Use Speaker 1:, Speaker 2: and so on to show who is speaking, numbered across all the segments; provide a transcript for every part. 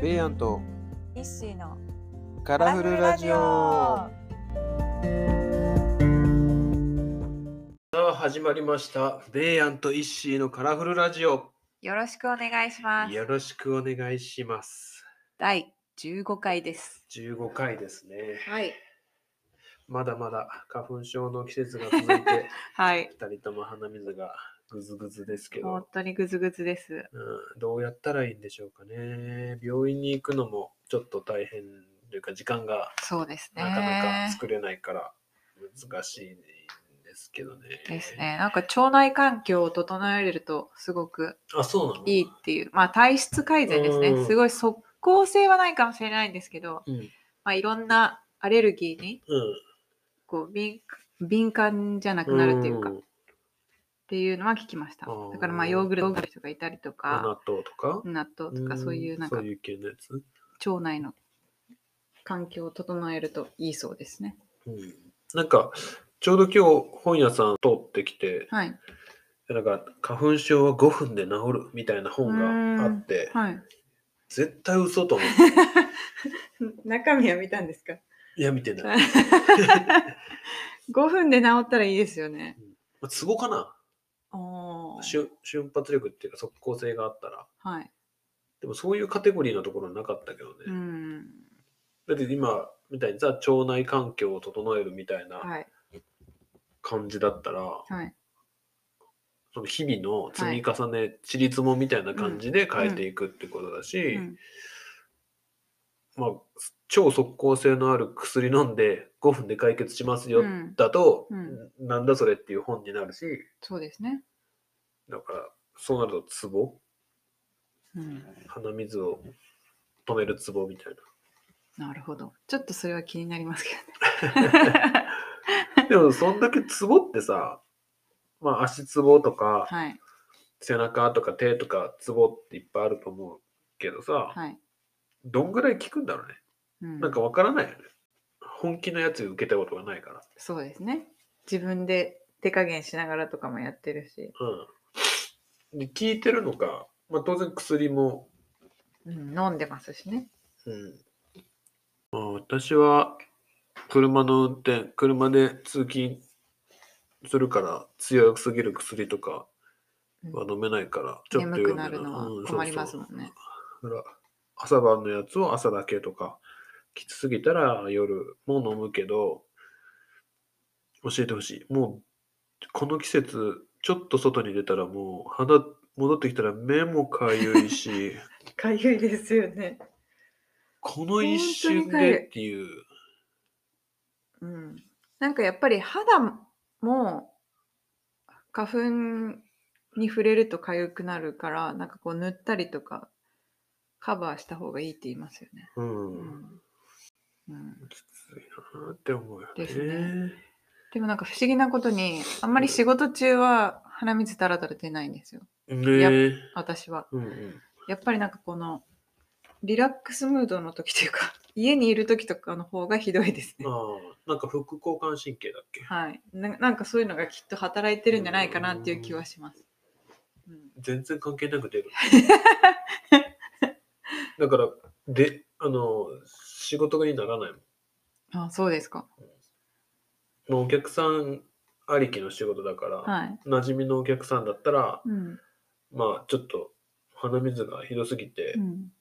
Speaker 1: ベイアンと
Speaker 2: イッシーの
Speaker 1: カラフルラジオさあ始まりましたベイアンとイッシーのカラフルラジオ
Speaker 2: よろしくお願いします
Speaker 1: よろしくお願いします
Speaker 2: 第15回です
Speaker 1: 15回ですね
Speaker 2: はい
Speaker 1: まだまだ花粉症の季節が続いて
Speaker 2: はい
Speaker 1: 二人とも鼻水がぐずぐずですけ
Speaker 2: 本
Speaker 1: ど、
Speaker 2: 当にグズグズです
Speaker 1: うん、どうやったらいいんでしょうかね病院に行くのもちょっと大変というか時間が
Speaker 2: そうですね
Speaker 1: なかなか作れないから難しいんですけどね。
Speaker 2: ですねなんか腸内環境を整えるとすごく
Speaker 1: あ、そうなの
Speaker 2: いいっていうまあ体質改善です
Speaker 1: う
Speaker 2: ね
Speaker 1: ん
Speaker 2: すごい即効性はないかもしれないんですけど
Speaker 1: うん。
Speaker 2: まあいろんなアレルギーに
Speaker 1: うん。
Speaker 2: こう敏敏感じゃなくなるっていうか、っていうのは聞きました
Speaker 1: あー
Speaker 2: だからまあヨーグルトの人がいたりと
Speaker 1: あ
Speaker 2: か
Speaker 1: 納豆とか。
Speaker 2: 納豆とかそういうなんか
Speaker 1: そういう系のやつ。
Speaker 2: 腸内の環境を整えるといいそうですね。
Speaker 1: うん。なんか、ちょうど今日本屋さん通ってきて、
Speaker 2: はい。
Speaker 1: なんか、花粉症は5分で治るみたいな本があって、
Speaker 2: はい、
Speaker 1: 絶対嘘と思っ
Speaker 2: 中身は見たんですか
Speaker 1: て。いや、見てない。
Speaker 2: ?5 分で治ったらいいですよね。
Speaker 1: ツボかな
Speaker 2: おー
Speaker 1: 瞬瞬発力っていうか即効性があったら。
Speaker 2: はい。
Speaker 1: でもそういうカテゴリーのところなかったけどね。
Speaker 2: うん。
Speaker 1: だって今みたいにさ腸内環境を整えるみたいな
Speaker 2: はい。
Speaker 1: 感じだったら、
Speaker 2: はい。
Speaker 1: その日々の積み重ねちりつもみたいな感じで変えていくってことだし、
Speaker 2: うん
Speaker 1: まあ、超即効性のある薬飲んで5分で解決しますよ、
Speaker 2: うん
Speaker 1: だと、
Speaker 2: うん
Speaker 1: なんだそれっていう本になるし
Speaker 2: そうですね。
Speaker 1: だからそうなるとツボ
Speaker 2: うん。
Speaker 1: 鼻水を止めるツボみたい
Speaker 2: なるほど。ちょっとそれは気になりますけ
Speaker 1: な。で もそんだけツボってさ、まあ、足ツボとか
Speaker 2: ど。はい。
Speaker 1: 背中とか手とかツボっていっぱいあると思うけどさ、
Speaker 2: はい。
Speaker 1: どんぐらい効くんだろうね。
Speaker 2: うん、
Speaker 1: なんかわからないよね。本気のやつ受けたことがないから。
Speaker 2: そうですね。自分で手加減しながらとかもやってるし、
Speaker 1: うん。で、効いてるのか、まあ当然薬も。
Speaker 2: うん、飲んでますしね。
Speaker 1: うん。まあ私は車の運転、車で通勤するから強すぎる薬とか
Speaker 2: うん
Speaker 1: は飲めないから、ちょっと
Speaker 2: 眠く
Speaker 1: 弱
Speaker 2: な
Speaker 1: め
Speaker 2: るの
Speaker 1: うんそうそ
Speaker 2: は
Speaker 1: う
Speaker 2: 困りますもんね。
Speaker 1: だから朝晩のやつを朝だけとかきつすぎたら夜も飲むけど教えてほしいもうこの季節ちょっと外に出たらもう鼻戻ってきたら目もかゆい し
Speaker 2: かゆいですよね。
Speaker 1: この一瞬でっていう
Speaker 2: うん、なんかやっぱり肌も花粉に触れると痒くなるからなんかこう塗ったりとかカバーした方がいいって言いますよね。
Speaker 1: うん、
Speaker 2: うん、
Speaker 1: きついなって思うよね
Speaker 2: ですねでもなんか不思議なことにあんまり仕事中は鼻水だらだら出ないんですよ
Speaker 1: ねえ
Speaker 2: 私は。
Speaker 1: うんうん
Speaker 2: やっぱりなんかこのリラックスムードの時というか家にいる時とかの方がひどいですね。
Speaker 1: ああなんか副交感神経だっけ
Speaker 2: はい、ななんかそういうのがきっと働いてるんじゃないかなっていう気はします。うん
Speaker 1: 全然関係なく 出る。だから、で、あの、仕事がにならないもん。
Speaker 2: あそうですか。
Speaker 1: もうお客さんありきの仕事だから、
Speaker 2: はい。
Speaker 1: 馴染みのお客さんだったら、
Speaker 2: うん。
Speaker 1: まあ、ちょっと鼻水がひどすぎて、
Speaker 2: うん、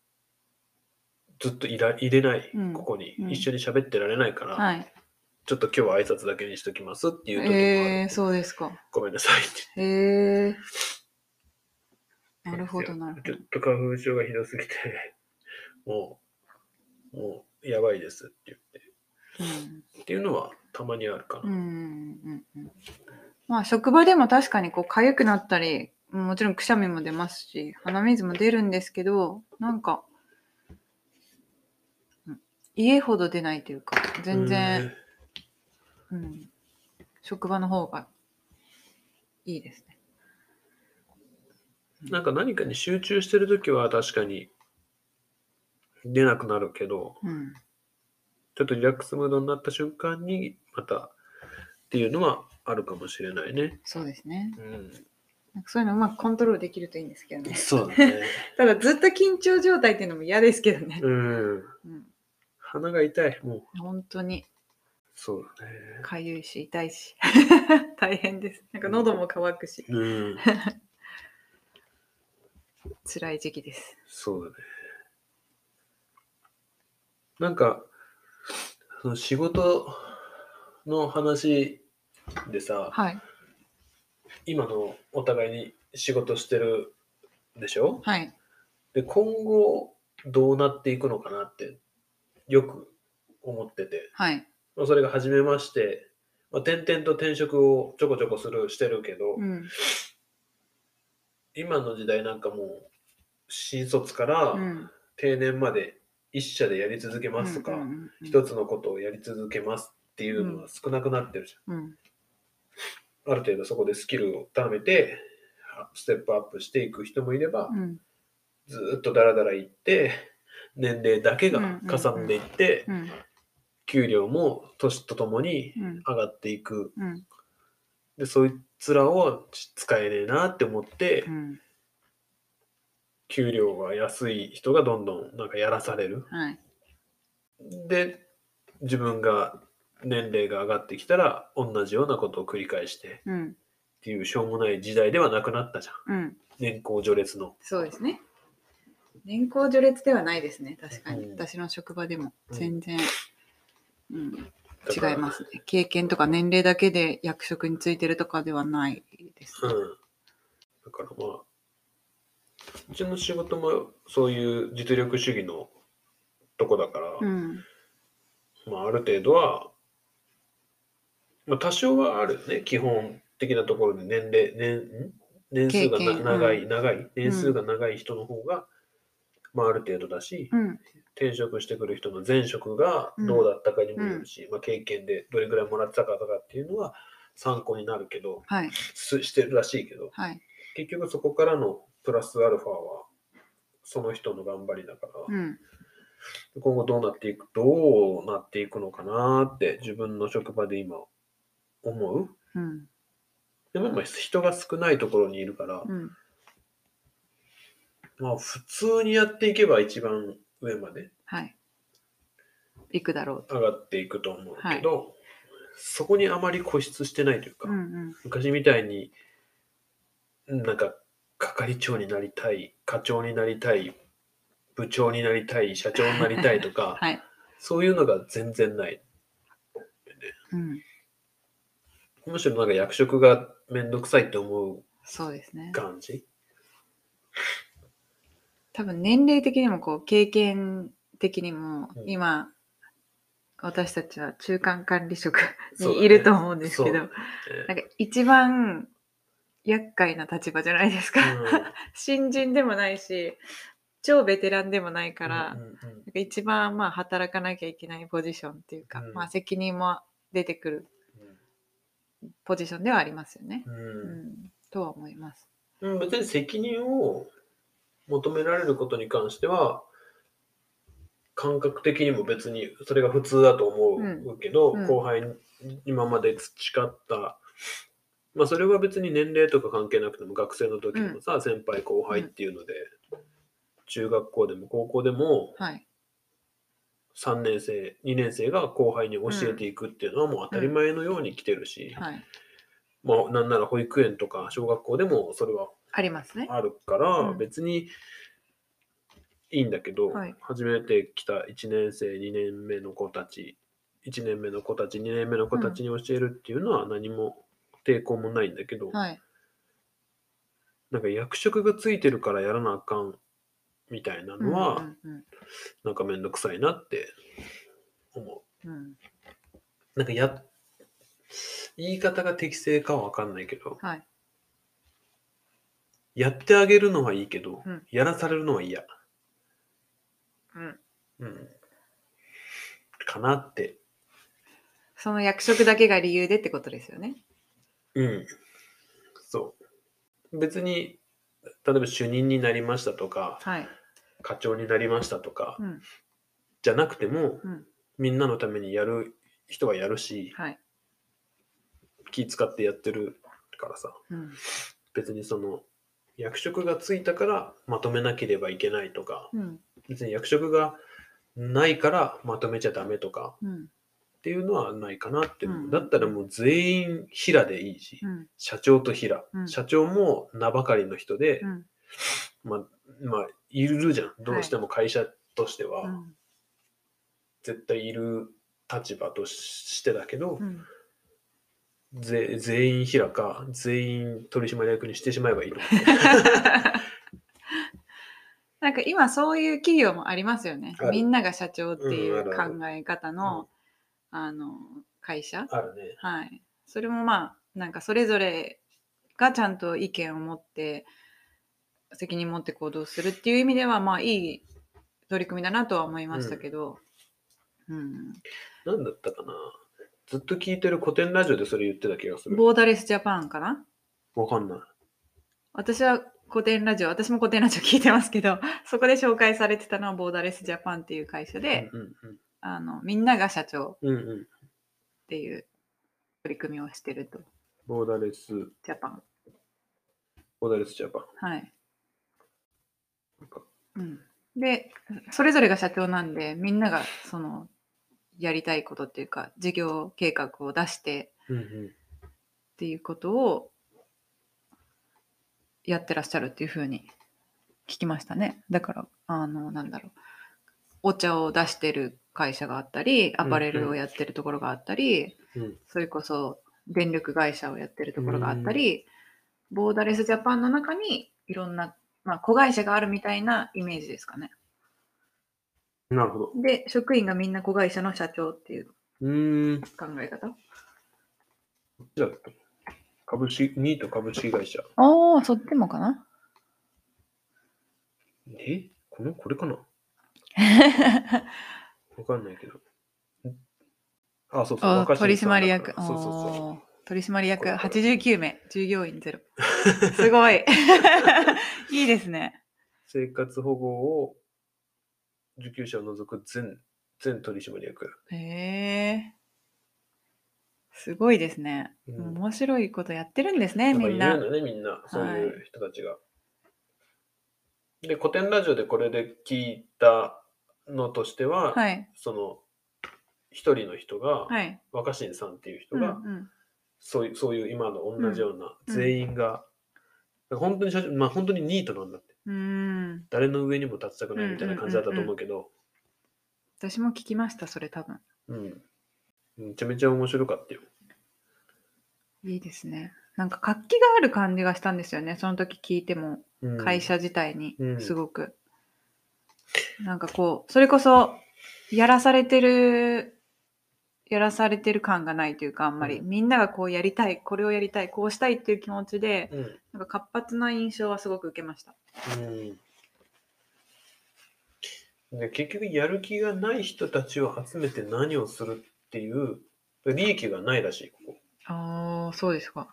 Speaker 1: ずっといら入れない、
Speaker 2: うん
Speaker 1: ここに、
Speaker 2: うん
Speaker 1: 一緒に喋ってられないから、
Speaker 2: はい。
Speaker 1: ちょっと今日は挨拶だけにしときますっていう時もある。
Speaker 2: えー、そうですか。
Speaker 1: ごめんなさいって。
Speaker 2: えー。なるほど、なる
Speaker 1: ち
Speaker 2: ほ
Speaker 1: ょっと
Speaker 2: ど。
Speaker 1: 花粉症がひどすぎて、 もう、もう、やばいですって言って。っていうのはたまにあるか
Speaker 2: う
Speaker 1: な。
Speaker 2: ん。うん。うん。うんまあ、職場でも確かにこう、痒くなったり、もちろんくしゃみも出ますし、鼻水も出るんですけど、なんか、うん家ほど出ないというか、全然、うん、職場の方がいいですね。
Speaker 1: うん。なんか何かに集中してるときは確かに出なくなるけど、
Speaker 2: うん。
Speaker 1: ちょっとリラックスムードになった瞬間にまたっていうのはあるかもしれないね。
Speaker 2: そうですね。
Speaker 1: うん。
Speaker 2: なんかそういうのうまくコントロールできるといいんですけどね。
Speaker 1: そうだね。
Speaker 2: ただずっと緊張状態っていうのも嫌ですけどね。
Speaker 1: うん。
Speaker 2: うん、
Speaker 1: 鼻が痛い。もう。
Speaker 2: 本当に
Speaker 1: そうだね。
Speaker 2: かゆいし痛いし 大変です。なんか喉も渇くし
Speaker 1: うん。
Speaker 2: 辛い時期です。
Speaker 1: そうだね。なんか、その仕事の話でさ、
Speaker 2: はい
Speaker 1: 今のお互いに仕事してるでしょ
Speaker 2: はい。
Speaker 1: で、今後どうなっていくのかなってよく思ってて、
Speaker 2: はい。
Speaker 1: まあ、それが初めまして、まあ、転々と転職をちょこちょこするしてるけど、
Speaker 2: うん。
Speaker 1: 今の時代なんかもう新卒から
Speaker 2: うん。
Speaker 1: 定年まで一社でやり続けますとか、
Speaker 2: うんうんうん
Speaker 1: 一つのことをやり続けますっていうのは少なくなってるじ
Speaker 2: うん。
Speaker 1: ゃん。ある程度そこでスキルを高めて、あステップアップしていく人もいれば、
Speaker 2: うん。
Speaker 1: ずーっとダラダラいって、年齢だけがかさんでいって、
Speaker 2: うん。
Speaker 1: 給料も年とともに
Speaker 2: うん。
Speaker 1: 上がっていく。
Speaker 2: うん。
Speaker 1: で、そいつらを使えねえなって思って、
Speaker 2: うん。
Speaker 1: 給料が安い人がどんどんなんかやらされる。
Speaker 2: はい。
Speaker 1: で、自分が年齢が上がってきたら、同じようなことを繰り返して、
Speaker 2: うん。
Speaker 1: っていうしょうもない時代ではなくなったじゃん。
Speaker 2: うん。
Speaker 1: 年功序列の。
Speaker 2: そうですね。年功序列ではないですね。確かに。
Speaker 1: うん
Speaker 2: 私の職場でも
Speaker 1: うん
Speaker 2: 全然、うん、
Speaker 1: だから
Speaker 2: 違いますね。経験とか年齢だけで役職についてるとかではないです
Speaker 1: う
Speaker 2: ね。
Speaker 1: ん。だからまあ、うちの仕事もそういう実力主義のとこだから、
Speaker 2: うん。
Speaker 1: まあある程度は、まあ多少はあるよね。基本的なところで年齢、年、ん年数が
Speaker 2: 経
Speaker 1: な
Speaker 2: 験
Speaker 1: 長い、
Speaker 2: う
Speaker 1: 長い、年数が長い人の方が、まあある程度だし、
Speaker 2: うん。
Speaker 1: 転職してくる人の前職がどうだったかにもよるし、まあ、経験でどれぐらいもらってたかとかっていうのは参考になるけど
Speaker 2: はい。
Speaker 1: すしてるらしいけど
Speaker 2: はい。
Speaker 1: 結局そこからのプラスアルファはその人の頑張りだから、
Speaker 2: うん。
Speaker 1: 今後どうなっていくどうなっていくのかなって自分の職場で今思う
Speaker 2: うん。
Speaker 1: でも今人が少ないところにいるから、
Speaker 2: うん。
Speaker 1: まあ、普通にやっていけば一番上まで
Speaker 2: はい。行くだろう
Speaker 1: 上がっていくと思うけど、そこにあまり固執してないというか、
Speaker 2: と。うん
Speaker 1: 昔みたいになんか係長になりたい課長になりたい部長になりたい社長になりたいとか、
Speaker 2: はい。
Speaker 1: そういうのが全然ない
Speaker 2: うん。
Speaker 1: むしろなんか役職がめんどくさいって思
Speaker 2: そうです
Speaker 1: う。
Speaker 2: ね
Speaker 1: 感じ
Speaker 2: 多分年齢的にもこう経験的にも
Speaker 1: うん
Speaker 2: 今、私たちは中間管理職
Speaker 1: そうだ
Speaker 2: に
Speaker 1: ね
Speaker 2: いると思うんですけ
Speaker 1: そう
Speaker 2: ど、
Speaker 1: だね
Speaker 2: なんか一番厄介な立場じゃないですか。新人でもないし、超ベテランでもないから、
Speaker 1: うん
Speaker 2: なん
Speaker 1: うんうん
Speaker 2: か一番まあ働かなきゃいけないポジションっていうか、
Speaker 1: うん
Speaker 2: まあ責任も出てくるポジションではありますよね。
Speaker 1: うん
Speaker 2: うん、とは思います。
Speaker 1: うん別に責任を求められることに関しては感覚的にも別にそれが普通だと思うけど、
Speaker 2: うんうん
Speaker 1: 後輩に今まで培った、まあ、それは別に年齢とか関係なくても学生の時もさ、先輩後輩っていうので、中学校でも高校でも
Speaker 2: はい。
Speaker 1: 3年生2年生が後輩に教えていくっていうのはもう当たり前のように来てるし、
Speaker 2: はい。
Speaker 1: まあ、なんなら保育園とか小学校でもそれは
Speaker 2: ありますね。
Speaker 1: あるから、
Speaker 2: うん
Speaker 1: 別にいいんだけど、
Speaker 2: はい
Speaker 1: 初めて来た1年生2年目の子たち1年目の子たち2年目の子たちに教えるっていうのは何も抵抗もないんだけど、
Speaker 2: はい。
Speaker 1: なんか役職がついてるからやらなあかんみたいなのは、
Speaker 2: うんうん
Speaker 1: なんかめんどくさいなって思
Speaker 2: うんうん
Speaker 1: うなんかや言い方が適正かは分かんないけど
Speaker 2: はい。
Speaker 1: やってあげるのはいいけど、
Speaker 2: うん
Speaker 1: やらされるのは嫌
Speaker 2: うん。
Speaker 1: うんかなって
Speaker 2: その役職だけが理由でってことですよね。
Speaker 1: うん。そう。別に、例えば主任になりましたとか、
Speaker 2: はい。
Speaker 1: 課長になりましたとか、
Speaker 2: うん。
Speaker 1: じゃなくても、
Speaker 2: うん。
Speaker 1: みんなのためにやる人はやるし、
Speaker 2: はい。
Speaker 1: 気使ってやってるからさ、
Speaker 2: うん。
Speaker 1: 別にその役職がついたからまとめなければいけないとか
Speaker 2: うん。
Speaker 1: 別に役職がないからまとめちゃダメとか
Speaker 2: うん。
Speaker 1: っていうのはないかなって、
Speaker 2: うん
Speaker 1: だったらもう全員平でいいし、
Speaker 2: うん。
Speaker 1: 社長と平、
Speaker 2: うん
Speaker 1: 社長も名ばかりの人で、
Speaker 2: うん。
Speaker 1: まあまあいるじゃんどうしても会社としては、
Speaker 2: うん。
Speaker 1: 絶対いる立場としてだけど、
Speaker 2: うん。
Speaker 1: ぜ全員平か全員取締役にしてしまえばい いの
Speaker 2: なんか今そういう企業もありますよね
Speaker 1: ある。
Speaker 2: みんなが社長ってい
Speaker 1: うん
Speaker 2: う
Speaker 1: あるある
Speaker 2: 考え方の、あの、会社。
Speaker 1: あるね
Speaker 2: はい。それもまあ、なんかそれぞれがちゃんと意見を持って、責任持って行動するっていう意味では、まあいい取り組みだなとは思いましたけど、うん。
Speaker 1: 何だったかなずっと聞いてる古典ラジオでそれ言ってた気がする
Speaker 2: ボーダレスジャパンかな
Speaker 1: わかんない
Speaker 2: 私は古典ラジオ、私も古典ラジオ聞いてますけど、 そこで紹介されてたのはボーダレスジャパンっていう会社で、
Speaker 1: うん
Speaker 2: あの、みんなが社長
Speaker 1: うんうんうん
Speaker 2: っていう取り組みをしてると、
Speaker 1: ボーダレス
Speaker 2: ジャパン。
Speaker 1: ボーダレスジャパン
Speaker 2: はい。
Speaker 1: なんか
Speaker 2: うん、で、それぞれが社長なんで、みんながその、やりたいことっていうか、事業計画を出して
Speaker 1: うんうん
Speaker 2: っていうことをやってらっしゃるっていうふうに聞きましたね。だから、あの、なんだろう。お茶を出してる会社があったり、アパレルをやってるところがあったり、
Speaker 1: うん
Speaker 2: それこそ電力会社をやってるところがあったり、ボーダレスジャパンの中にいろんな、まあ、子会社があるみたいなイメージですかね。
Speaker 1: なるほど
Speaker 2: で、職員がみんな子会社の社長っていう
Speaker 1: うーん
Speaker 2: 考え方。
Speaker 1: じゃあ株式ニート株式会社
Speaker 2: ああ、そっちもか な。
Speaker 1: えこのこれかなわかんないけど。あ、そうそう。
Speaker 2: お
Speaker 1: 若
Speaker 2: 取
Speaker 1: 新さんだ
Speaker 2: 締役。
Speaker 1: からそうそうそう。
Speaker 2: おー取締役
Speaker 1: これこれ
Speaker 2: 89名、従業員ゼロ。すご い。いいですね。
Speaker 1: 生活保護を受給者を除く全全取締役。
Speaker 2: へえすごいですね。
Speaker 1: うん
Speaker 2: 面白いことやってるんですね、みん
Speaker 1: や
Speaker 2: な
Speaker 1: っぱ。いるんだね、みんな。そういう人たちが。で、古典ラジオでこれで聞いたのとしては、
Speaker 2: はい。
Speaker 1: その、一人の人が、
Speaker 2: はい。
Speaker 1: 若新さんっていう人
Speaker 2: うんう
Speaker 1: が、
Speaker 2: ん
Speaker 1: そういうそういう今の同じような
Speaker 2: うん
Speaker 1: 全員が、本当に社長、まあ、本当にニートなんだって
Speaker 2: うーん
Speaker 1: 誰の上にも立ちたくないみたいな感じだったと思うけど、
Speaker 2: 私も聞きましたそれ多分
Speaker 1: うんめちゃめちゃ面白かったよ。
Speaker 2: いいですねなんか活気がある感じがしたんですよねその時聞いても
Speaker 1: うん
Speaker 2: 会社自体に
Speaker 1: うん
Speaker 2: すごく、なんかこうそれこそやらされてるやらされてる感がないというかあんまり、
Speaker 1: うん
Speaker 2: みんながこうやりたいこれをやりたいこうしたいっていう気持ちで
Speaker 1: うん、
Speaker 2: なんか活発な印象はすごく受けました
Speaker 1: うんで結局やる気がない人たちを集めて何をするっていう利益がないらしいここ
Speaker 2: ああそうですか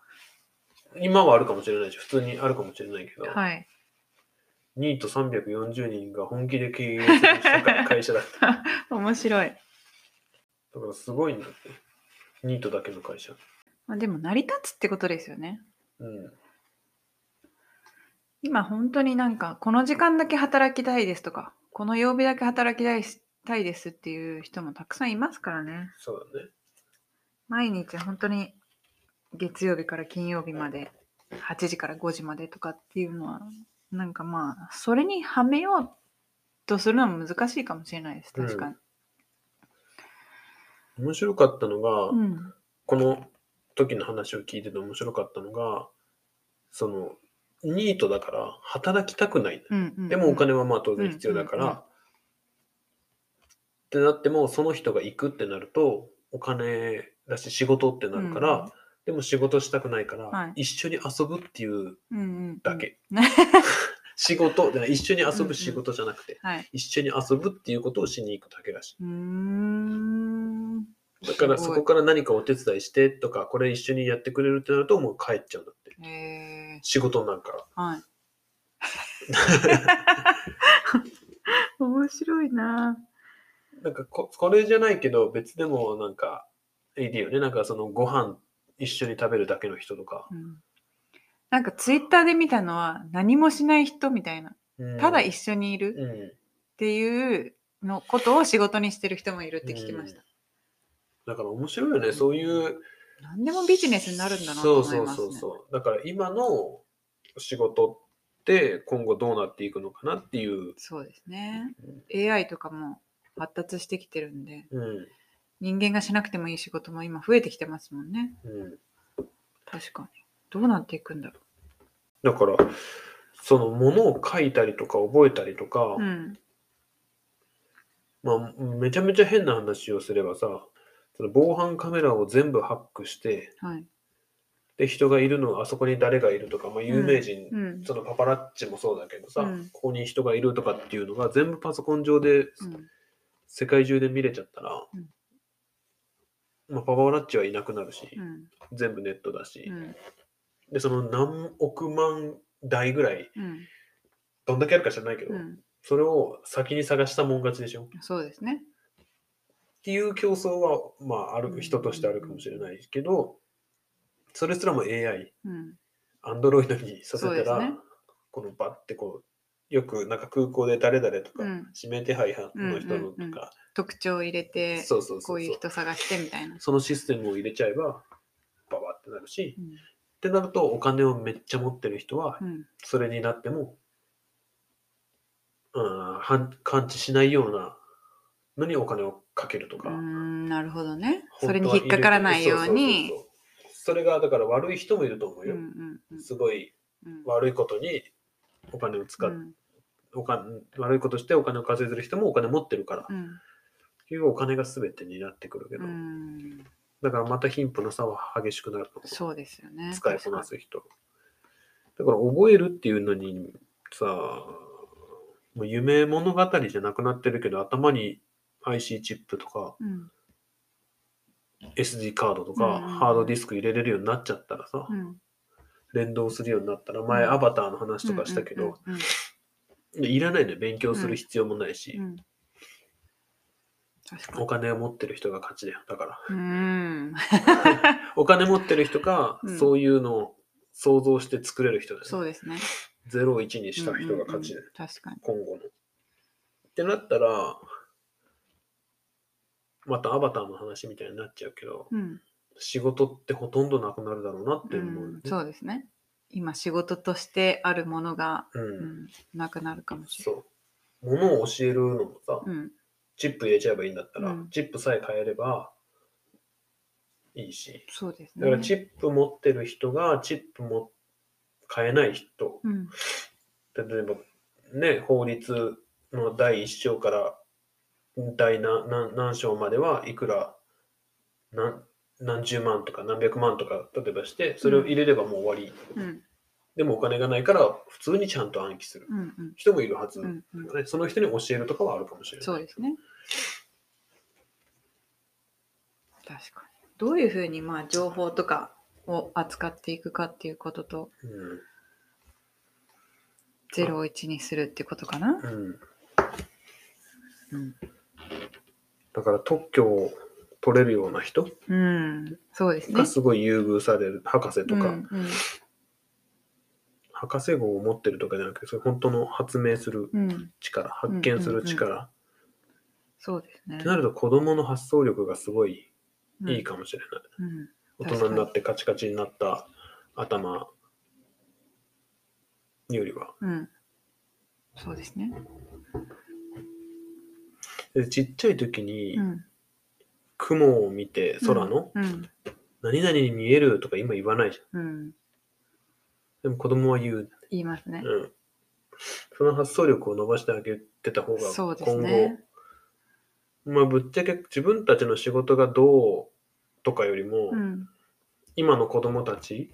Speaker 1: 今はあるかもしれないし普通にあるかもしれないけど、
Speaker 2: はい
Speaker 1: ニート340人が本気で経営する社会会社だって
Speaker 2: 面白い
Speaker 1: だからすごいんだってニートだけの会社
Speaker 2: まあでも成り立つってことですよね
Speaker 1: うん
Speaker 2: 今本当になんかこの時間だけ働きたいですとかこの曜日だけ働きたいしたいですっていう人もたくさんいますからね
Speaker 1: そうだね
Speaker 2: 毎日本当に月曜日から金曜日まで8時から5時までとかっていうのはなんかまあそれにはめようとするのも難しいかもしれないです
Speaker 1: うん
Speaker 2: 確かに、
Speaker 1: 面白かったのが、
Speaker 2: うん
Speaker 1: この時の話を聞いてて面白かったのがそのニートだから働きたくない、
Speaker 2: うんうん
Speaker 1: でもお金はまあ当然必要だから、
Speaker 2: うんうんうん
Speaker 1: ってなってもその人が行くってなるとお金だし仕事ってなるから、
Speaker 2: うん
Speaker 1: でも仕事したくないから、
Speaker 2: は
Speaker 1: 一緒に遊ぶっていう
Speaker 2: うんうん
Speaker 1: だけ、
Speaker 2: うん
Speaker 1: 仕事じゃない一緒に遊
Speaker 2: うんう
Speaker 1: ぶ
Speaker 2: ん
Speaker 1: 仕事じゃなくて、
Speaker 2: はい
Speaker 1: 一緒に遊ぶっていうことをしに行くだけだしいう
Speaker 2: ーん
Speaker 1: だからそこから何かお手伝いしてとか、これ一緒にやってくれるってなるともう帰っちゃうんだって。
Speaker 2: え
Speaker 1: 仕事なんか
Speaker 2: ー、はい面白いな
Speaker 1: ら。
Speaker 2: ぁ
Speaker 1: なんかここれじゃないけど別でもなんかいいよね。なんかそのご飯一緒に食べるだけの人とか。
Speaker 2: うんなんかツイッターで見たのは何もしない人みたいな、
Speaker 1: うん
Speaker 2: ただ一緒にいる
Speaker 1: うん。
Speaker 2: っていうのことを仕事にしてる人もいるって聞きました。
Speaker 1: だから面白いよね、そういう。
Speaker 2: 何でもビジネスになるんだなと思いますね。
Speaker 1: そうそうそうそう。だから今の仕事って今後どうなっていくのかなっていう。
Speaker 2: そうですね。AI とかも発達してきてるんで、
Speaker 1: うん。
Speaker 2: 人間がしなくてもいい仕事も今増えてきてますもんね。
Speaker 1: うん。
Speaker 2: 確かに。どうなっていくんだろ
Speaker 1: だから、そのものを書いたりとか覚えたりとか、
Speaker 2: う。うん。
Speaker 1: まあ、めちゃめちゃ変な話をすればさ、その防犯カメラを全部ハックして、
Speaker 2: はい。
Speaker 1: で、人がいるのはあそこに誰がいるとか、まあ、有名人、
Speaker 2: うん。
Speaker 1: そのパパラッチもそうだけどさ、
Speaker 2: うん
Speaker 1: ここに人がいるとかっていうのが全部パソコン上で
Speaker 2: うん
Speaker 1: 世界中で見れちゃったら、
Speaker 2: うん
Speaker 1: まあ、パパラッチはいなくなるし、
Speaker 2: うん。
Speaker 1: 全部ネットだし、
Speaker 2: うん。
Speaker 1: で、その何億万台ぐらい、
Speaker 2: うん。
Speaker 1: どんだけあるか知らないけど、
Speaker 2: うん。
Speaker 1: それを先に探したもん勝ちでしょ。
Speaker 2: そうですね。
Speaker 1: っていう競争は、まあ、あ
Speaker 2: うんうんう
Speaker 1: る
Speaker 2: ん
Speaker 1: 人としてあるかもしれないけど、それすらも AI、
Speaker 2: うん。
Speaker 1: アンドロイドにさせた
Speaker 2: そうです
Speaker 1: ら、
Speaker 2: ね
Speaker 1: このバッてこう、よくなんか空港で誰々とか、
Speaker 2: うん
Speaker 1: 指名手配犯の人のとか、
Speaker 2: うんうん特徴を入れて、
Speaker 1: そうそうそうそ
Speaker 2: こ
Speaker 1: う
Speaker 2: ういう人探してみたいな。
Speaker 1: そのシステムを入れちゃえば、ババってなるし、
Speaker 2: うん
Speaker 1: ってなると、お金をめっちゃ持ってる人は
Speaker 2: う、ん。
Speaker 1: それになっても、うん、反感知しないようなのにお金をかけると
Speaker 2: う
Speaker 1: か。
Speaker 2: ーんなるほどね。それ
Speaker 1: 本当
Speaker 2: に
Speaker 1: は
Speaker 2: 引っかからないように
Speaker 1: 入れてる。そうそうそうそうそれがだから悪い人もいると思う
Speaker 2: うん
Speaker 1: よ、
Speaker 2: うんうん
Speaker 1: すごい
Speaker 2: うん
Speaker 1: 悪いことにお金を使っ、
Speaker 2: うん
Speaker 1: お金悪いことしてお金を稼いでる人もお金持ってるから、
Speaker 2: うん
Speaker 1: いうお金が全てになってくるけど、
Speaker 2: うん
Speaker 1: だからまた貧富の差は激しくなると思う
Speaker 2: そうですよね。
Speaker 1: 使いこなす人だから覚えるっていうのにさもう夢物語じゃなくなってるけど頭に IC チップとか
Speaker 2: うん。
Speaker 1: SD カードと
Speaker 2: う
Speaker 1: か
Speaker 2: んうん
Speaker 1: ハードディスク入れれるようになっちゃったらさ、
Speaker 2: うん
Speaker 1: 連動するようになったら前
Speaker 2: うん
Speaker 1: アバターの話とかしたけど、
Speaker 2: うんうん
Speaker 1: でいらないのよ勉強する必要もないし
Speaker 2: うん、うん。確か
Speaker 1: お
Speaker 2: に。
Speaker 1: 金を持ってる人が勝ちだよだから
Speaker 2: うーん。
Speaker 1: お金持ってる人か、
Speaker 2: うん
Speaker 1: そういうのを想像して作れる人だよ
Speaker 2: そうですね。
Speaker 1: ゼロを1にした人が勝ち
Speaker 2: う
Speaker 1: だよ
Speaker 2: んうんうん確かに。
Speaker 1: 今後のってなったらまたアバターの話みたいになっちゃうけど
Speaker 2: うん
Speaker 1: 仕事ってほとんどなくなるだろうなって
Speaker 2: う
Speaker 1: 思うよね
Speaker 2: ん。そうですね。今仕事としてあるものが、
Speaker 1: うん
Speaker 2: うん、なくなるかもしれ
Speaker 1: そう物を教えるのもさ、
Speaker 2: ない。うん。
Speaker 1: チップ入れちゃえばいいんだったら、
Speaker 2: うん
Speaker 1: チップさえ変えればいいし。
Speaker 2: そうですね。
Speaker 1: だからチップ持ってる人がチップも変えない人。
Speaker 2: うん。
Speaker 1: 例えば、ね、法律の第1章から第何何何章まではいくら何何十万とか何百万とか例えばしてそれを入れればもう終わり、
Speaker 2: うん。
Speaker 1: でもお金がないから普通にちゃんと暗記する
Speaker 2: うん。うん
Speaker 1: 人もいるはず、
Speaker 2: うん。うん。
Speaker 1: ね、その人に教えるとかはあるかもしれない
Speaker 2: そうですね。確かに。どういうふうにまあ情報とかを扱っていくかっていうことと
Speaker 1: うん
Speaker 2: 0を1にするってことかな。
Speaker 1: うん
Speaker 2: うん
Speaker 1: だから特許を取れるような人
Speaker 2: うん、そうですね
Speaker 1: が。すごい優遇される、博士とか、
Speaker 2: うんうん
Speaker 1: 博士号を持ってるとかじゃなくてそれ本当の発明する
Speaker 2: うん、
Speaker 1: 力発見する力、
Speaker 2: そうですね
Speaker 1: って。なると子どもの発想力がすごい
Speaker 2: うん
Speaker 1: いいかもしれない、
Speaker 2: うん、
Speaker 1: 大人になってカチカチになった頭よりは
Speaker 2: うん。そうですね。
Speaker 1: でちっちゃい時に
Speaker 2: うん、
Speaker 1: 雲を見て空の
Speaker 2: うん、
Speaker 1: 何々に見えるとか今言わないじゃん
Speaker 2: うん、
Speaker 1: でも子供は言う
Speaker 2: 言いますね。
Speaker 1: うん、その発想力を伸ばしてあげてた方が
Speaker 2: そう
Speaker 1: 今
Speaker 2: です
Speaker 1: 後、
Speaker 2: ね。
Speaker 1: まあ、ぶっちゃけ自分たちの仕事がどうとかよりも、
Speaker 2: うん、
Speaker 1: 今の子供たち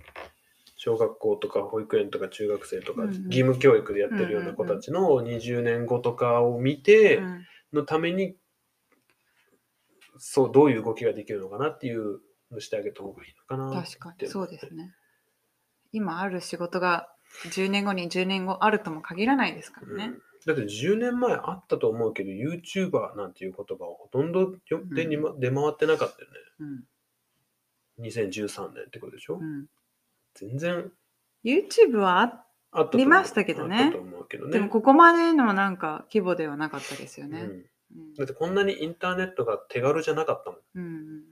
Speaker 1: 小学校とか保育園とか中学生とか、
Speaker 2: うんうん
Speaker 1: 義務教育でやってるような子たちの20年後とかを見て
Speaker 2: うん
Speaker 1: のために、そうどういう動きができるのかなっていうのしてあげた方がいいのかな
Speaker 2: 確かに、そうですね。今ある仕事が10年後に10年後あるとも限らないですから
Speaker 1: う
Speaker 2: ね
Speaker 1: ん。だって10年前あったと思うけど YouTuber なんていう言葉はほとんどよでに、ま出回ってなかったよね
Speaker 2: うん、
Speaker 1: 2013年ってことでしょ、
Speaker 2: うん、
Speaker 1: 全然
Speaker 2: YouTube はあっ
Speaker 1: あったと思う
Speaker 2: 見ましたけどね
Speaker 1: あったと思うけどね。
Speaker 2: でもここまでのなんか規模ではなかったですよね。
Speaker 1: うん
Speaker 2: うん
Speaker 1: だってこんなにインターネットが手軽じゃなかったもん。
Speaker 2: うん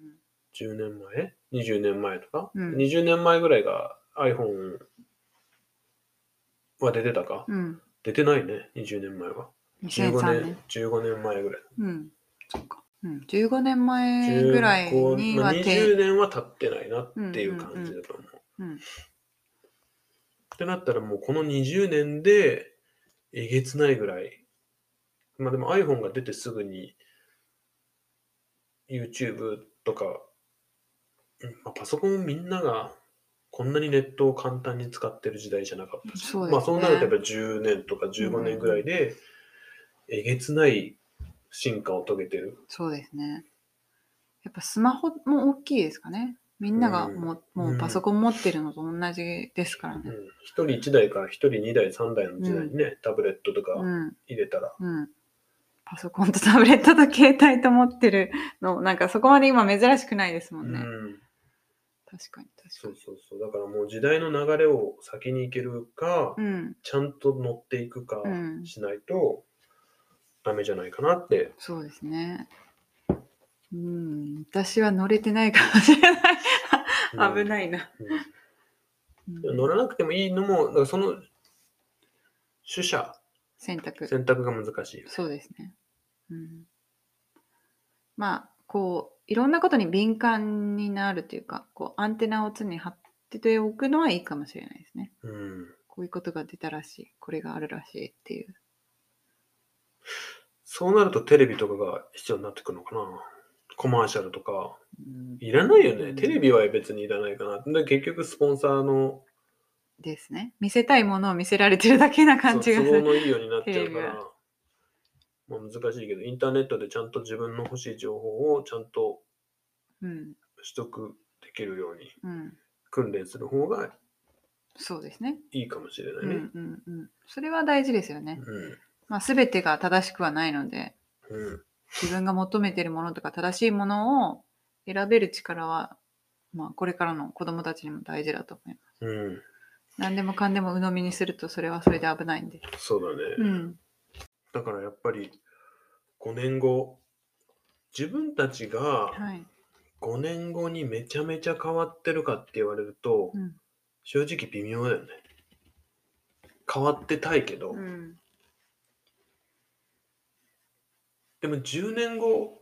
Speaker 1: 10年前 ?20 年前とか、
Speaker 2: うん
Speaker 1: ?20 年前ぐらいが iPhone は出てたか、
Speaker 2: うんうん、
Speaker 1: 出てないね、20年前は。
Speaker 2: うん、
Speaker 1: 15
Speaker 2: 2003
Speaker 1: 年
Speaker 2: 年。、
Speaker 1: 15年前ぐらい。
Speaker 2: うん、そっか。うん、15年前ぐらい
Speaker 1: 15
Speaker 2: に
Speaker 1: ま
Speaker 2: は
Speaker 1: あ、
Speaker 2: て、
Speaker 1: 20年は経ってないなっていう感じだと思う。
Speaker 2: うんうんうんうん
Speaker 1: ってなったらもうこの20年でえげつないぐらい。まあでも iPhone が出てすぐに YouTube とか、うんまあ、パソコンをみんながこんなにネットを簡単に使ってる時代じゃなかったし、
Speaker 2: そうですね
Speaker 1: まあそうなるとやっぱり10年とか15年ぐらいでえげつない進化を遂げてる。
Speaker 2: そうですね。やっぱスマホも大きいですかね。みんながも,、う
Speaker 1: うん
Speaker 2: もうパソコン持ってるのと同じですから
Speaker 1: うん
Speaker 2: ね。、
Speaker 1: 1人1台から1人2台3台の時代にね、タブレットとか
Speaker 2: うん、
Speaker 1: 入れたら、
Speaker 2: うん。パソコンとタブレットと携帯と持ってるの、 なんかそこまで今珍しくないですもんね。
Speaker 1: うん
Speaker 2: 確かに確か
Speaker 1: そ
Speaker 2: に
Speaker 1: う。そうそう。だからもう時代の流れを先に行けるか、
Speaker 2: うん、
Speaker 1: ちゃんと乗っていくか
Speaker 2: うん
Speaker 1: しないとダメじゃないかなって。
Speaker 2: そうですね。うん、私は乗れてないかもしれない。危
Speaker 1: い。
Speaker 2: ないな。
Speaker 1: うん
Speaker 2: う
Speaker 1: 乗
Speaker 2: ん、
Speaker 1: らなくてもいいのも、だからその取捨、
Speaker 2: 選択。
Speaker 1: 選択が難しいよね。
Speaker 2: そうですね。うん、まあこういろんなことに敏感になるというかこうアンテナを常に張ってておくのはいいかもしれないですね。
Speaker 1: うん。
Speaker 2: こういうことが出たらしいこれがあるらしいっていう。
Speaker 1: そうなるとテレビとかが必要になってくるのかな。コマーシャルとか。
Speaker 2: うん
Speaker 1: いらないよ
Speaker 2: う
Speaker 1: ね。
Speaker 2: ん
Speaker 1: テレビは別にいらないかな。で結局スポンサーの
Speaker 2: ですね。見せたいものを見せられてるだけな感じが
Speaker 1: そう
Speaker 2: す
Speaker 1: 都合
Speaker 2: る。
Speaker 1: のいいようになっちゃうか
Speaker 2: テレビ
Speaker 1: ら、まあ、難しいけどインターネットでちゃんと自分の欲しい情報をちゃんと
Speaker 2: うん
Speaker 1: 取得できるように
Speaker 2: うん、
Speaker 1: 訓練する方が
Speaker 2: そうですね。
Speaker 1: いいかもしれな
Speaker 2: う
Speaker 1: い
Speaker 2: ん
Speaker 1: ね。
Speaker 2: うんうん。それは大事ですよね。
Speaker 1: うん
Speaker 2: まあ全てが正しくはないので
Speaker 1: うん
Speaker 2: 自分が求めてるものとか正しいものを選べる力は、まあ、これからの子供たちにも大事だと思います。
Speaker 1: うん、
Speaker 2: 何でもかんでも鵜呑みにするとそれはそれで危ないんで。
Speaker 1: そうだね、
Speaker 2: うん。
Speaker 1: だからやっぱり5年後自分たちが
Speaker 2: はい。
Speaker 1: 5年後にめちゃめちゃ変わってるかって言われると、
Speaker 2: うん。
Speaker 1: 正直微妙だよね変わってたいけど、
Speaker 2: うん。
Speaker 1: でも10年後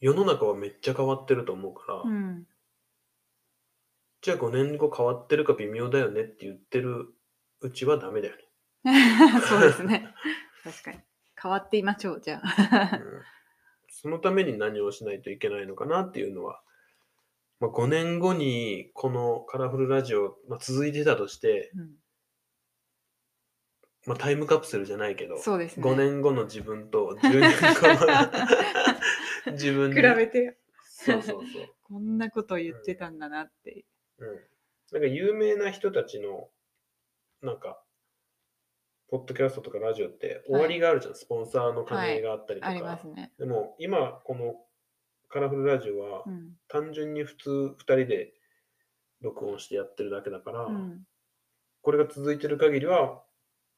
Speaker 1: 世の中はめっちゃ変わってると思うから、
Speaker 2: うん。
Speaker 1: じゃあ5年後変わってるか微妙だよねって言ってるうちはダメだよね。
Speaker 2: そうですね。確かに。変わっていましょう、じゃあ。
Speaker 1: うんそのために何をしないといけないのかなっていうのは、まあ、5年後にこのカラフルラジオ、まあ、続いてたとして、
Speaker 2: うん、
Speaker 1: まあ、タイムカプセルじゃないけど、
Speaker 2: そうですね。
Speaker 1: 5年後の自分と10年後の 自分
Speaker 2: 比
Speaker 1: に
Speaker 2: べて、
Speaker 1: そうそうそう。
Speaker 2: こんなこと言ってたんだなって。
Speaker 1: うん、なんか有名な人たちのなんかポッドキャストとかラジオって終わりがあるじゃん、スポンサーの加盟があったりと
Speaker 2: あ
Speaker 1: か、
Speaker 2: りますね。
Speaker 1: でも今このカラフルラジオは
Speaker 2: うん。
Speaker 1: 単純に普通2人で録音してやってるだけだから、
Speaker 2: うん。
Speaker 1: これが続いてる限りは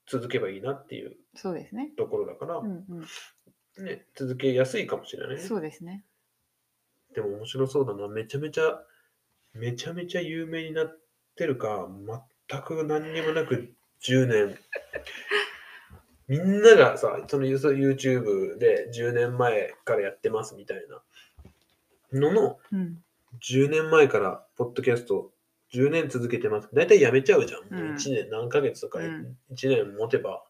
Speaker 1: 続けばいいなっていう
Speaker 2: そうですね。
Speaker 1: ところだから
Speaker 2: う、んうん。
Speaker 1: ね、続けやすいかもしれないね
Speaker 2: そうですね。
Speaker 1: でも面白そうだな。めちゃめちゃ、めちゃめちゃ有名になってるか、全く何にもなく10年。みんながさ、その YouTube で10年前からやってますみたいなのの、
Speaker 2: うん。
Speaker 1: 10年前からポッドキャスト10年続けてます。だいたいやめちゃうじゃん。もう
Speaker 2: うん
Speaker 1: 1年何ヶ月とか
Speaker 2: うん
Speaker 1: 1年持てば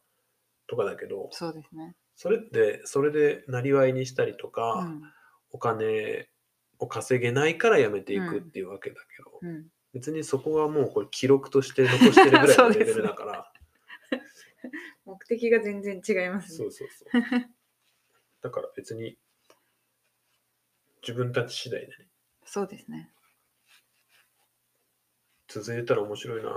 Speaker 1: とかだけど、
Speaker 2: そうですね。
Speaker 1: それってそれでなりわいにしたりとか、
Speaker 2: うん。
Speaker 1: お金を稼げないからやめていくっていうわけだけど、
Speaker 2: うん。
Speaker 1: 別にそこはもうこれ記録として残してるぐらい
Speaker 2: そ
Speaker 1: の
Speaker 2: うです
Speaker 1: レベルだから
Speaker 2: 目的が全然違いますね。
Speaker 1: そうそうそうだから別に自分たち次第でね
Speaker 2: そうですね。
Speaker 1: 続いたら面白いな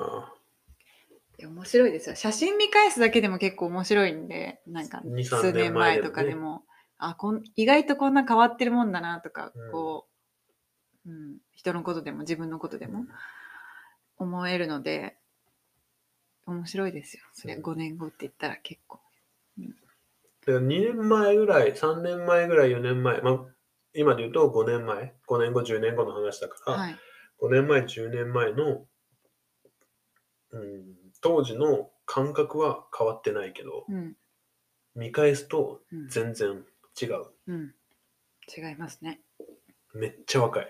Speaker 1: い
Speaker 2: や面白いですよ写真見返すだけでも結構面白いんでなんか
Speaker 1: 2 3
Speaker 2: 数年前とか
Speaker 1: 年前
Speaker 2: で
Speaker 1: で
Speaker 2: も、あこん意外とこんな変わってるもんだなとか、
Speaker 1: うん
Speaker 2: こう、うん、人のことでも自分のことでも思えるので面白いですよそれ
Speaker 1: うん
Speaker 2: 5年後って言ったら結構
Speaker 1: だから2年前ぐらい、3年前ぐらい、4年前、まあ、今で言うと5年前、5年後、10年後の話だから、
Speaker 2: はい
Speaker 1: 5年前、10年前の、うん、当時の感覚は変わってないけど、
Speaker 2: うん
Speaker 1: 見返すと
Speaker 2: うん
Speaker 1: 全然違う。
Speaker 2: うん違いますね
Speaker 1: めっちゃ若い。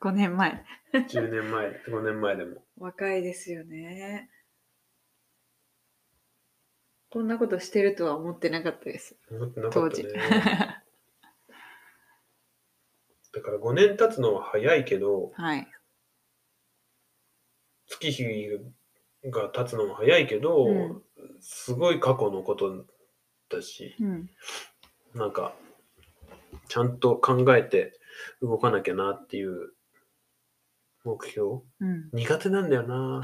Speaker 2: 5年前
Speaker 1: 10年前、5年 前でも。
Speaker 2: 若いですよねこんなことしてるとは思ってなかったです
Speaker 1: 思ってなか
Speaker 2: 当
Speaker 1: った
Speaker 2: 時
Speaker 1: ね。だから5年経つのは早いけど、
Speaker 2: はい
Speaker 1: 月日が経つのも早いけど、
Speaker 2: うん
Speaker 1: すごい過去のことだし、
Speaker 2: うん
Speaker 1: なんか、ちゃんと考えて動かなきゃなっていう目標。
Speaker 2: うん
Speaker 1: 苦手なんだよな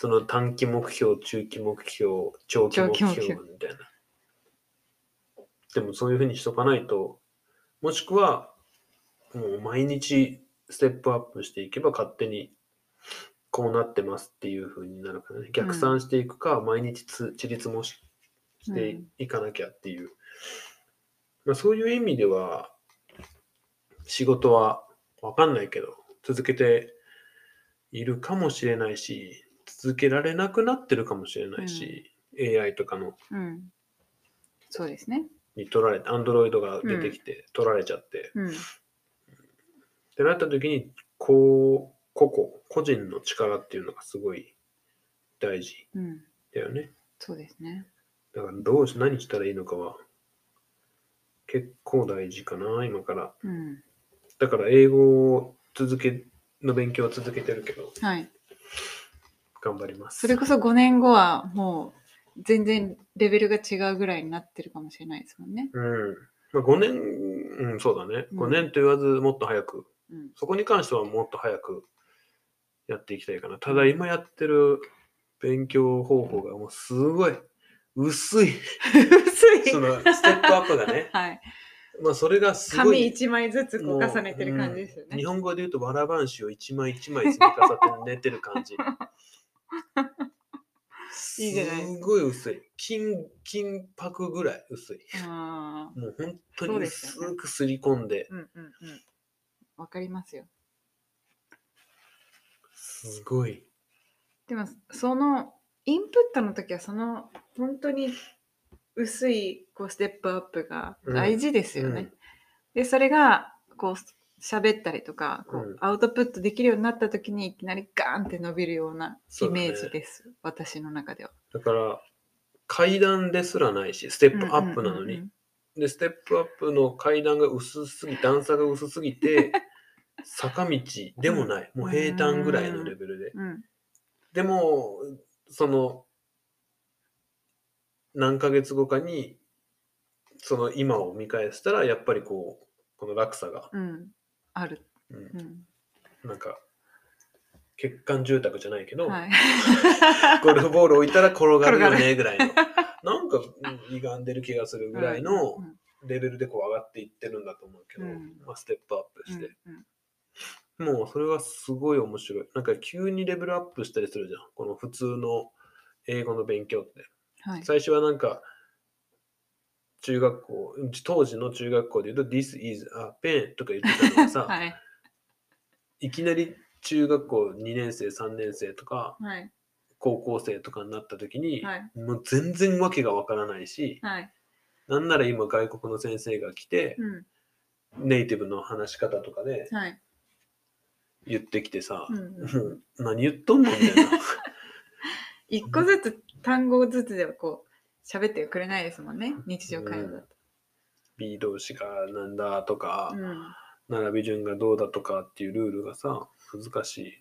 Speaker 1: その短期目標、中期目標、長期目標
Speaker 2: 長期目
Speaker 1: み
Speaker 2: 標
Speaker 1: たいな。でもそういうふうにしとかないと、もしくは、もう毎日ステップアップしていけば勝手にこうなってますっていうふうになるからね。逆算していくか、毎日つ、ちりつもししていかなきゃっていう。まあそういう意味では、仕事はわかんないけど、続けているかもしれないし、続けられなくなってるかもしれないし、AI とかの
Speaker 2: うんそうですね
Speaker 1: に取られて、Android が出てきて、取られちゃって、
Speaker 2: うん
Speaker 1: ってなった時に、こう、個々、個人の力っていうのがすごい大事
Speaker 2: うん
Speaker 1: だよね。
Speaker 2: そうですね
Speaker 1: だからどうし、何したらいいのかは、結構大事かな、今から。
Speaker 2: うん
Speaker 1: だから英語を続け、の勉強を続けてるけど、
Speaker 2: はい
Speaker 1: 頑張ります。
Speaker 2: それこそ5年後はもう全然レベルが違うぐらいになってるかもしれないですもんね。
Speaker 1: うん。まあ、5年、うん、そうだね。
Speaker 2: うん
Speaker 1: 5年と言わず、もっと早く、
Speaker 2: うん、
Speaker 1: そこに関してはもっと早くやっていきたいかな。ただ、今やってる勉強方法がもうすごい薄 い。
Speaker 2: 薄い
Speaker 1: そのステップアップがね
Speaker 2: はい、
Speaker 1: まあ、それがすご
Speaker 2: 紙
Speaker 1: い。
Speaker 2: 1枚ずつこう重ねてる感じですよ
Speaker 1: もううん
Speaker 2: ね
Speaker 1: 日。本語で言うと、わらばんしを一枚一枚積み重ねて寝てる感じ。
Speaker 2: いいじゃないです
Speaker 1: すごい薄い。金、金箔ぐらい薄い。
Speaker 2: あー
Speaker 1: もう本当
Speaker 2: そ
Speaker 1: に
Speaker 2: うですよね
Speaker 1: 薄くすり込んで、
Speaker 2: うんうんうん。わかりますよ。
Speaker 1: すごい。
Speaker 2: でもそのインプットの時はその本当に薄いこうステップアップが大事ですよね。
Speaker 1: うん
Speaker 2: でそれがこう喋ったりとかこ
Speaker 1: うん
Speaker 2: うアウトプットできるようになった時にいきなりガーンって伸びるような
Speaker 1: そ
Speaker 2: イ
Speaker 1: うだね
Speaker 2: メージです、私の中では。
Speaker 1: だから、階段ですらないし、ステップアップなの
Speaker 2: うんうんうんう
Speaker 1: に。
Speaker 2: ん
Speaker 1: で、ステップアップの階段が薄すぎ、段差が薄すぎ て、坂道でもない。もう平坦ぐらいのレベルで。
Speaker 2: うん、
Speaker 1: でも、その、何ヶ月後かに、その今を見返したら、やっぱりこう、この落差が、
Speaker 2: うん、ある、
Speaker 1: うん
Speaker 2: う
Speaker 1: なんか、欠陥住宅じゃないけど、
Speaker 2: ん、 はい。
Speaker 1: ゴルフボール置いたら転がるよ
Speaker 2: 転
Speaker 1: ねぐらいの、なんかうん歪んでる気がするぐらいの
Speaker 2: うん
Speaker 1: レベルでこう上がっていってるんだと思うけど、
Speaker 2: うん
Speaker 1: まあ、ステップアップして、
Speaker 2: うん
Speaker 1: もうそれはすごい面白い。なんか急にレベルアップしたりするじゃん、この普通の英語の勉強って。
Speaker 2: はい。
Speaker 1: 最初はなんか、中学校、うん当時の中学校で言うと、This is a pen とか言ってたのがさ、
Speaker 2: はい。
Speaker 1: いきなり中学校2年生、3年生とか、
Speaker 2: はい。
Speaker 1: 高校生とかになった時に、
Speaker 2: はい。
Speaker 1: もう全然わけがわからないし、
Speaker 2: はい。
Speaker 1: なんなら今外国の先生が来て、
Speaker 2: うん。
Speaker 1: ネイティブの話し方とかで
Speaker 2: はい。
Speaker 1: 言ってきてさ、
Speaker 2: うん
Speaker 1: もう何言っとんのみたいな。
Speaker 2: 一個ずつ、単語ずつではこう、喋ってくれないですもんね。日常会話だと。
Speaker 1: B 動詞がなんだとか、
Speaker 2: うん。
Speaker 1: 並び順がどうだとかっていうルールがさ、難しい。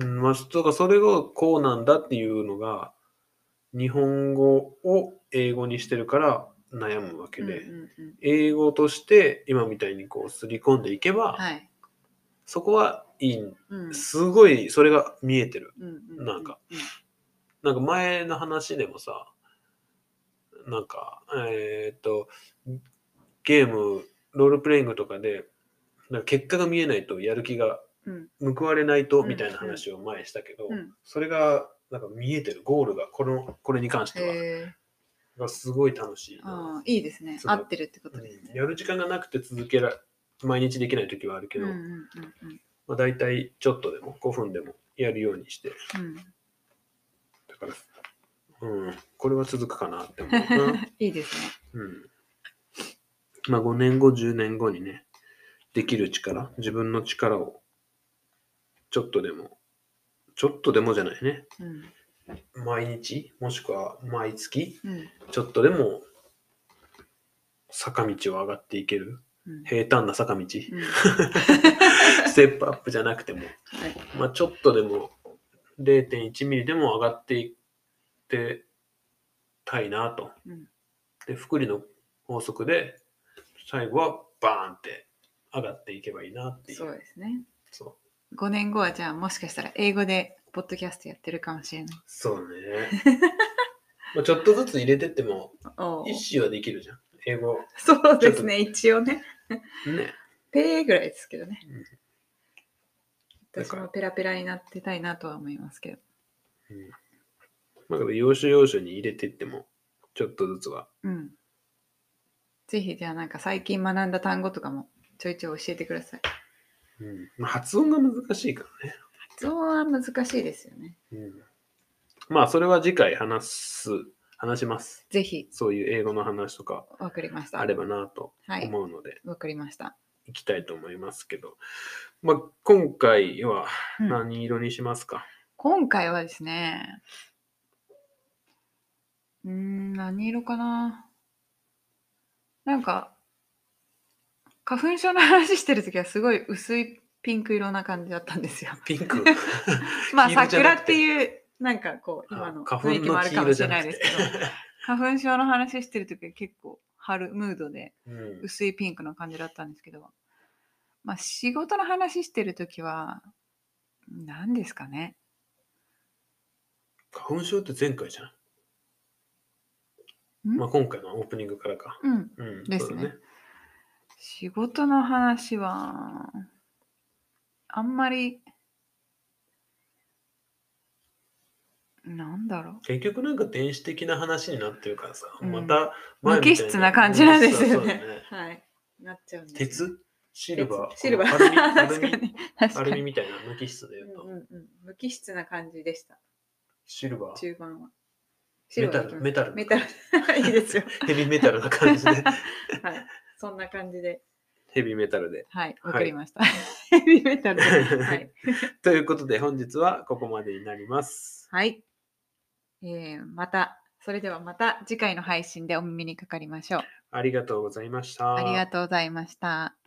Speaker 1: うん、まあ、とかそれがこうなんだっていうのが、日本語を英語にしてるから悩むわけ
Speaker 2: うん。
Speaker 1: で、
Speaker 2: うんうん。
Speaker 1: 英語として今みたいにこうすり込んでいけば、
Speaker 2: はい。
Speaker 1: そこはいいん
Speaker 2: うん。
Speaker 1: すごいそれが見えてる。
Speaker 2: うんう
Speaker 1: なんか。
Speaker 2: うん
Speaker 1: なんか前の話でもさ、なんか、えーっと、ゲーム、ロールプレイングとかで、なんか結果が見えないとやる気が
Speaker 2: うん
Speaker 1: 報われないと
Speaker 2: うん
Speaker 1: みたいな話を前にしたけど、
Speaker 2: うん
Speaker 1: それがなんか見えてるゴールがこのこれに関しては、
Speaker 2: へえ
Speaker 1: がすごい楽しい
Speaker 2: あ
Speaker 1: な
Speaker 2: あ、いいですね
Speaker 1: そう
Speaker 2: 合
Speaker 1: だ
Speaker 2: ってるってこと
Speaker 1: う
Speaker 2: ですね
Speaker 1: んやる時間がなくて続けら毎日できない時はあるけ
Speaker 2: うん
Speaker 1: ど、
Speaker 2: うんうんうん
Speaker 1: まあ、大体ちょっとでも5分でもやるようにして
Speaker 2: うん
Speaker 1: だからうんこれは続くかなって思うな
Speaker 2: いいですね
Speaker 1: うんまあ5年後10年後にねできる力自分の力をちょっとでもちょっとでもじゃないね
Speaker 2: うん
Speaker 1: 毎日もしくは毎月
Speaker 2: うん
Speaker 1: ちょっとでも坂道を上がっていける
Speaker 2: うん
Speaker 1: 平坦な坂道、
Speaker 2: うん
Speaker 1: ステップアップじゃなくても、
Speaker 2: はい
Speaker 1: まあ、ちょっとでも0.1ミリでも上がっていってたいなと。
Speaker 2: うん
Speaker 1: で、福利の法則で最後はバーンって上がっていけばいいなっていう。
Speaker 2: そうですね
Speaker 1: そう
Speaker 2: 5年後はじゃあもしかしたら英語でポッドキャストやってるかもしれない
Speaker 1: そう ね。まあちょっとずつ入れてっても
Speaker 2: おー
Speaker 1: 一思はできるじゃん。英語。
Speaker 2: そうですね一応ね
Speaker 1: ね。
Speaker 2: ペーぐらいですけどね
Speaker 1: うんだ
Speaker 2: 私
Speaker 1: から
Speaker 2: もペラペラになってたいなとは思いますけど
Speaker 1: うん、まあけど要所要所に入れてってもちょっとずつは。
Speaker 2: うんぜひじゃあなんか最近学んだ単語とかもちょいちょい教えてください
Speaker 1: うんまあ、発音が難しいからね。
Speaker 2: 発音は難しいですよね
Speaker 1: うんまあ、それは次回話す、話します。
Speaker 2: ぜひ
Speaker 1: そういう英語の話とか
Speaker 2: わかりました
Speaker 1: あればなと
Speaker 2: はい
Speaker 1: 思うので、
Speaker 2: わかりました
Speaker 1: 行きたいと思いますけど、まあ、今回は
Speaker 2: うん
Speaker 1: 何色にしますか、
Speaker 2: 今回はですねうーん何色かななんか花粉症の話してる時はすごい薄いピンク色な感じだった んですよ。
Speaker 1: ピン ク
Speaker 2: まあ
Speaker 1: 黄色じゃな
Speaker 2: 桜
Speaker 1: くて
Speaker 2: っていうなんかこう今の
Speaker 1: あ
Speaker 2: 雰囲気もあるかもしれないですけど
Speaker 1: 黄色じゃなくて
Speaker 2: 花粉症の話してる時は結構春ムードで
Speaker 1: うん
Speaker 2: 薄いピンクの感じだったんですけど、まあ、仕事の話してる時は何ですかね
Speaker 1: 花粉症って前回じゃん。
Speaker 2: ん
Speaker 1: まあ、今回のオープニングからか。
Speaker 2: うん
Speaker 1: うん、
Speaker 2: です
Speaker 1: そうだ
Speaker 2: ね。仕事の話は、あんまり、なんだろ
Speaker 1: 結局なんか電子的な話になってるからさ、
Speaker 2: うん
Speaker 1: また
Speaker 2: う。無
Speaker 1: 前みたい
Speaker 2: 機質な感じなんです
Speaker 1: そ
Speaker 2: よ
Speaker 1: うだ
Speaker 2: ね。はい。なっちゃうんですね、
Speaker 1: 鉄シルバー
Speaker 2: 鉄シルバー。
Speaker 1: アル ミアル
Speaker 2: 確か
Speaker 1: ミ
Speaker 2: に。確
Speaker 1: ア
Speaker 2: か
Speaker 1: ルミ
Speaker 2: に。
Speaker 1: みたいな無機質で言うと、
Speaker 2: うんうんうん無機質な感じでした、
Speaker 1: シルバー
Speaker 2: 中盤は。
Speaker 1: メタル
Speaker 2: 白
Speaker 1: メタル
Speaker 2: メタル。 いいですよ。
Speaker 1: ヘビーメタルな感じで
Speaker 2: はい。そんな感じで、
Speaker 1: ヘビーメタルで
Speaker 2: はい、わかりました。 ヘビーメタルで。 はい。
Speaker 1: ということで本日はここまでになります
Speaker 2: はい。えーまた、それではまた次回の配信でお耳にかかりましょう。
Speaker 1: ありがとうございました
Speaker 2: ありがとうございました。